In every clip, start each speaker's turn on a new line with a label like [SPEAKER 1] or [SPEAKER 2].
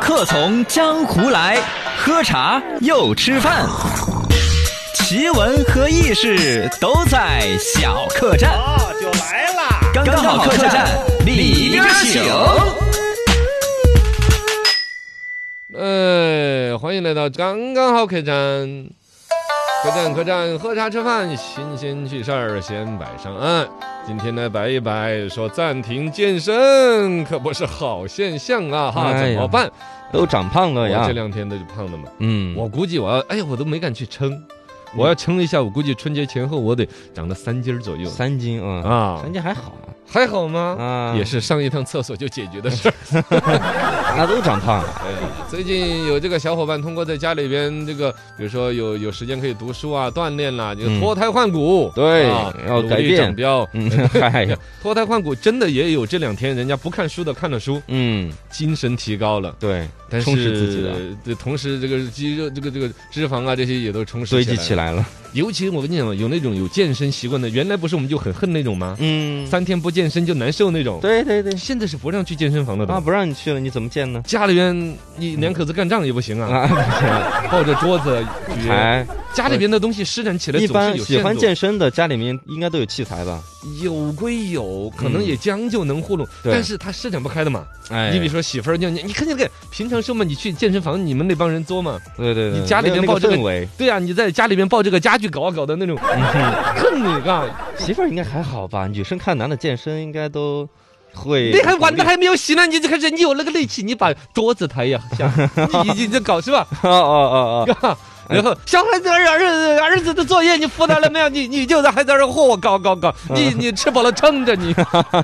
[SPEAKER 1] 客从江湖来，喝茶又吃饭，奇闻和异事都在小客栈。
[SPEAKER 2] 哦，就来啦！
[SPEAKER 1] 刚刚好客栈，里边请。
[SPEAKER 3] 哎，欢迎来到刚刚好客栈。客栈，客栈，喝茶吃饭，新鲜趣事儿先摆上岸。今天呢，摆一摆，说暂停健身可不是好现象啊！哈，
[SPEAKER 4] 哎
[SPEAKER 3] 怎
[SPEAKER 4] 呀
[SPEAKER 3] 么办？
[SPEAKER 4] 都长胖了
[SPEAKER 3] 我
[SPEAKER 4] 呀
[SPEAKER 3] 这。两天的就胖了嘛，
[SPEAKER 4] 嗯，
[SPEAKER 3] 我估计我要，哎呀，我都没敢去称，我要称一下，我估计春节前后我得长到三斤儿左右
[SPEAKER 4] 三斤啊，
[SPEAKER 3] 啊
[SPEAKER 4] 三，斤还好
[SPEAKER 3] 还好
[SPEAKER 1] 嗯
[SPEAKER 3] 吗？
[SPEAKER 4] 啊，
[SPEAKER 3] 也是上一趟厕所就解决的事儿。
[SPEAKER 4] 那都长胖了。
[SPEAKER 3] 最近有这个小伙伴通过在家里边这个，比如说有有时间可以读书啊、锻炼啦、就
[SPEAKER 4] 嗯
[SPEAKER 3] 脱胎换骨，
[SPEAKER 4] 对
[SPEAKER 3] 啊
[SPEAKER 4] 要
[SPEAKER 3] 努
[SPEAKER 4] 改
[SPEAKER 3] 力
[SPEAKER 4] 变
[SPEAKER 3] 长膘。
[SPEAKER 4] 嗯，嗨，
[SPEAKER 3] 脱胎换骨真的也有，这两天人家不看书的看了书，
[SPEAKER 4] 嗯，
[SPEAKER 3] 精神提高了，
[SPEAKER 4] 对，
[SPEAKER 3] 但是
[SPEAKER 4] 充实自己的，
[SPEAKER 3] 对，同时这个肌肉、这个这个脂肪啊这些也都充实
[SPEAKER 4] 堆积起
[SPEAKER 3] 来。
[SPEAKER 4] 来了。
[SPEAKER 3] 尤其我跟你讲，有那种有健身习惯的，原来不是我们就很恨那种吗？
[SPEAKER 4] 嗯，
[SPEAKER 3] 三天不健身就难受那种。，
[SPEAKER 4] 对对对，
[SPEAKER 3] 现在是不让去健身房的
[SPEAKER 4] 啊，
[SPEAKER 3] 都。
[SPEAKER 4] 不让你去了，你怎么见呢？
[SPEAKER 3] 家里边你两口子干仗也不行啊，
[SPEAKER 4] 啊，
[SPEAKER 3] 抱着桌子举，
[SPEAKER 4] 还
[SPEAKER 3] 家里边的东西施展起来
[SPEAKER 4] 一
[SPEAKER 3] 总是
[SPEAKER 4] 般
[SPEAKER 3] 有
[SPEAKER 4] 喜
[SPEAKER 3] 限
[SPEAKER 4] 欢
[SPEAKER 3] 度
[SPEAKER 4] 健身的家里面应该都有器材吧？
[SPEAKER 3] 有归有，可能
[SPEAKER 4] 嗯
[SPEAKER 3] 也将就能糊弄，
[SPEAKER 4] 对
[SPEAKER 3] 但是他施展不开的嘛。
[SPEAKER 4] 哎
[SPEAKER 3] 你比如说媳妇儿，就你你看见个平常时候嘛，你去健身房，你们那帮人作嘛，
[SPEAKER 4] 对对对，
[SPEAKER 3] 你家里
[SPEAKER 4] 没有
[SPEAKER 3] 面
[SPEAKER 4] 那
[SPEAKER 3] 抱这个
[SPEAKER 4] 氛围，
[SPEAKER 3] 对呀、你在家里边抱这个家具搞啊搞的那种， 恨你啊个，
[SPEAKER 4] 媳妇儿应该还好吧？女生看男的健身应该都会，哦
[SPEAKER 3] 你还碗都还没有洗呢，你就开始你有那个力气，你把桌子抬一 下，你你这搞是吧？
[SPEAKER 4] 哦哦 哦
[SPEAKER 3] 啊然后小孩子儿儿子儿子的作业你辅导了没有？你你就在还在这嚯搞搞搞，你
[SPEAKER 4] 嗯
[SPEAKER 3] 你吃饱了撑着你。
[SPEAKER 4] 哦，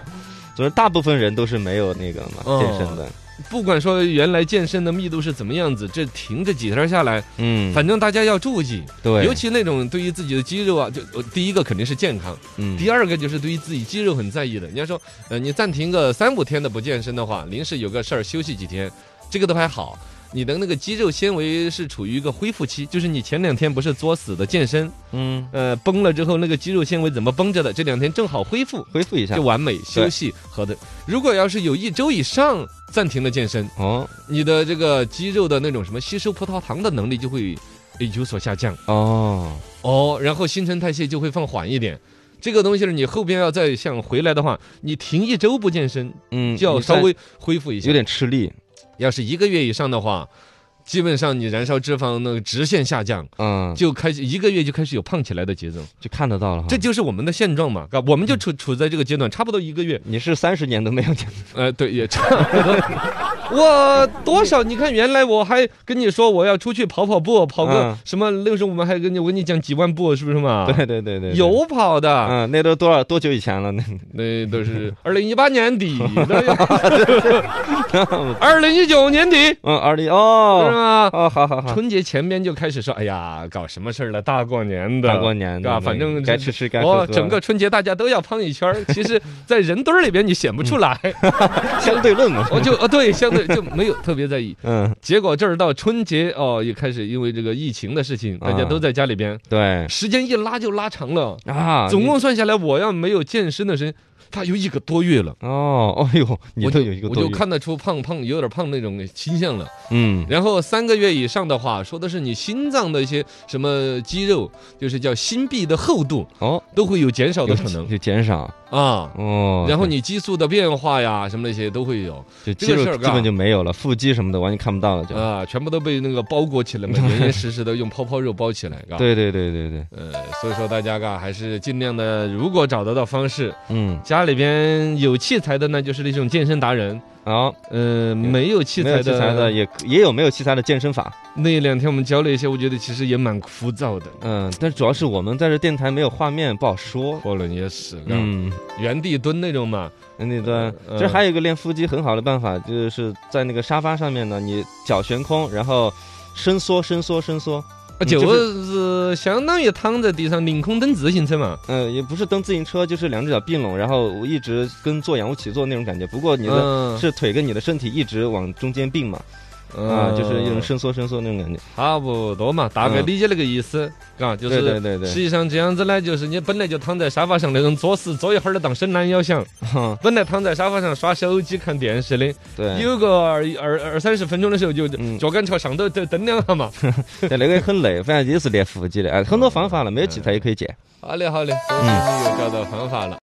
[SPEAKER 4] 总之大部分人都是没有那个嘛
[SPEAKER 3] 哦
[SPEAKER 4] 健身的，
[SPEAKER 3] 不管说原来健身的密度是怎么样子，这停这几天下来，
[SPEAKER 4] 嗯，
[SPEAKER 3] 反正大家要注意，
[SPEAKER 4] 对，
[SPEAKER 3] 尤其那种对于自己的肌肉啊，就呃第一个肯定是健康，
[SPEAKER 4] 嗯
[SPEAKER 3] 第二个就是对于自己肌肉很在意的。人家说，呃，你暂停个三五天的不健身的话，临时有个事儿休息几天，这个都还好。你的那个肌肉纤维是处于一个恢复期，就是你前两天不是作死的健身，
[SPEAKER 4] 嗯。
[SPEAKER 3] 呃，崩了之后那个肌肉纤维怎么崩着的，这两天正好恢复，
[SPEAKER 4] 恢复一下
[SPEAKER 3] 就。完美休息和的。如果要是有一周以上暂停了健身，
[SPEAKER 4] 哦
[SPEAKER 3] 你的这个肌肉的那种什么吸收葡萄糖的能力就会呃有所下降
[SPEAKER 4] 哦，
[SPEAKER 3] 哦，然后新陈代谢就会放缓一点。这个东西是你后边要再想回来的话，你停一周不健身
[SPEAKER 4] 嗯，
[SPEAKER 3] 就要
[SPEAKER 4] 你
[SPEAKER 3] 稍
[SPEAKER 4] 算
[SPEAKER 3] 微恢复一下
[SPEAKER 4] 有。点吃力，
[SPEAKER 3] 要是一个月以上的话，基本上你燃烧脂肪那个直线下降，
[SPEAKER 4] 嗯，就
[SPEAKER 3] 就开始一个月就开始有胖起来的节奏。
[SPEAKER 4] 就看得到了哈。
[SPEAKER 3] 这就是我们的现状嘛，啊我们就处处在这个阶段，差不多一个月。
[SPEAKER 4] 你是三十年都没有见，
[SPEAKER 3] 呃，对，也差不多。 我多少？你看，原来我还跟你说我要出去跑跑步，跑个
[SPEAKER 4] 嗯
[SPEAKER 3] 什么？那个时候我们还跟你，我跟你讲几万步，是不是嘛？
[SPEAKER 4] 对对对对，对，
[SPEAKER 3] 啊有啊嗯跑的，
[SPEAKER 4] 嗯，那都多少多久以前了？那
[SPEAKER 3] 那都是二零一八年 底的呀，二零一九年底是
[SPEAKER 4] 嗯，二零哦
[SPEAKER 3] 吗？
[SPEAKER 4] 哦，好好好，
[SPEAKER 3] 嗯春节前边就开始说，哎呀，搞什么事儿了？大过年的，
[SPEAKER 4] 大过年的
[SPEAKER 3] 啊，
[SPEAKER 4] 那
[SPEAKER 3] 反正
[SPEAKER 4] 该吃吃该喝
[SPEAKER 3] 哦，
[SPEAKER 4] 喝，
[SPEAKER 3] 整个春节大家都要胖一圈 儿。其实，在人堆儿里边你显不出来，
[SPEAKER 4] 嗯相对论嘛。
[SPEAKER 3] 我就哦，对，相对就没有特别在意。
[SPEAKER 4] 嗯，
[SPEAKER 3] 结果这儿到春节哦，也开始因为这个疫情的事情，
[SPEAKER 4] 啊
[SPEAKER 3] 大家都在家里边，
[SPEAKER 4] 对
[SPEAKER 3] 时间一拉就拉长了。
[SPEAKER 4] 啊，
[SPEAKER 3] 总
[SPEAKER 4] 你
[SPEAKER 3] 共算下来，我要没有健身的时间，他有一个多月了。
[SPEAKER 4] 哦，哦呦，你
[SPEAKER 3] 我
[SPEAKER 4] 都
[SPEAKER 3] 就
[SPEAKER 4] 有一个
[SPEAKER 3] 我
[SPEAKER 4] 多
[SPEAKER 3] 就
[SPEAKER 4] 余，
[SPEAKER 3] 看得出胖胖有点胖那种倾向了。
[SPEAKER 4] 嗯，
[SPEAKER 3] 然后三个月以上的话，说的是你心脏的一些什么肌肉，就是叫心壁的厚度
[SPEAKER 4] 哦，
[SPEAKER 3] 都会有减少的
[SPEAKER 4] 有
[SPEAKER 3] 可能
[SPEAKER 4] 就减少
[SPEAKER 3] 啊。
[SPEAKER 4] 哦，
[SPEAKER 3] 然后你激素的变化呀，什么那些都会有
[SPEAKER 4] 就肌
[SPEAKER 3] 这个
[SPEAKER 4] 肉
[SPEAKER 3] 事儿
[SPEAKER 4] 基
[SPEAKER 3] 嘎
[SPEAKER 4] 本就没有了，腹肌什么的完全看不到了，就
[SPEAKER 3] 啊，全部都被那个包裹起来嘛，严严实实的用泡泡肉包起来，嘎。
[SPEAKER 4] 对对对对对，
[SPEAKER 3] 呃，所以说大家嘎还是尽量的，如果找得到方式，
[SPEAKER 4] 嗯，
[SPEAKER 3] 家里边有器材的呢，就是那种健身达人。
[SPEAKER 4] 好，
[SPEAKER 3] 呃，没有器
[SPEAKER 4] 没有
[SPEAKER 3] 材
[SPEAKER 4] 器材的
[SPEAKER 3] 的，
[SPEAKER 4] 也也有没有器材的健身法，
[SPEAKER 3] 那两天我们教了一些，我觉得其实也蛮枯燥的。
[SPEAKER 4] 嗯，但主要是我们在这电台没有画面，不好说。
[SPEAKER 3] 货轮也是，嘎
[SPEAKER 4] 嗯，
[SPEAKER 3] 原地蹲那种嘛，
[SPEAKER 4] 那段
[SPEAKER 3] 嗯
[SPEAKER 4] 这还有一个练腹肌很好的办法，就是在那个沙发上面呢，你脚悬空，然后伸缩、伸缩、伸缩。
[SPEAKER 3] 啊
[SPEAKER 4] 就
[SPEAKER 3] 就是相当于躺在地上凌空蹬自行车嘛。
[SPEAKER 4] 嗯，也不是蹬自行车，就是两只脚并拢，然后我一直跟做仰卧起坐那种感觉。不过你的
[SPEAKER 3] 嗯，
[SPEAKER 4] 是腿跟你的身体一直往中间并嘛，啊，就是一种伸缩伸缩那种感觉。
[SPEAKER 3] 差不多嘛，大概
[SPEAKER 4] 嗯
[SPEAKER 3] 理解那个意思，嘎，就是
[SPEAKER 4] 对对对对
[SPEAKER 3] 实际上这样子呢，就是你本来就躺在沙发上那种作死，坐一会儿都当伸懒腰想，
[SPEAKER 4] 哼
[SPEAKER 3] 本来躺在沙发上刷手机看电视的，
[SPEAKER 4] 对，
[SPEAKER 3] 有个二二二三十分钟的时候就
[SPEAKER 4] 嗯
[SPEAKER 3] 脚杆朝上头蹬蹬两 下嘛。
[SPEAKER 4] 但那个也很累，反
[SPEAKER 3] 嗯
[SPEAKER 4] 正也是练腹肌的，哎，很多方法了，没有器材也可以减。
[SPEAKER 3] 好嘞好嘞，恭喜你又找到方法了。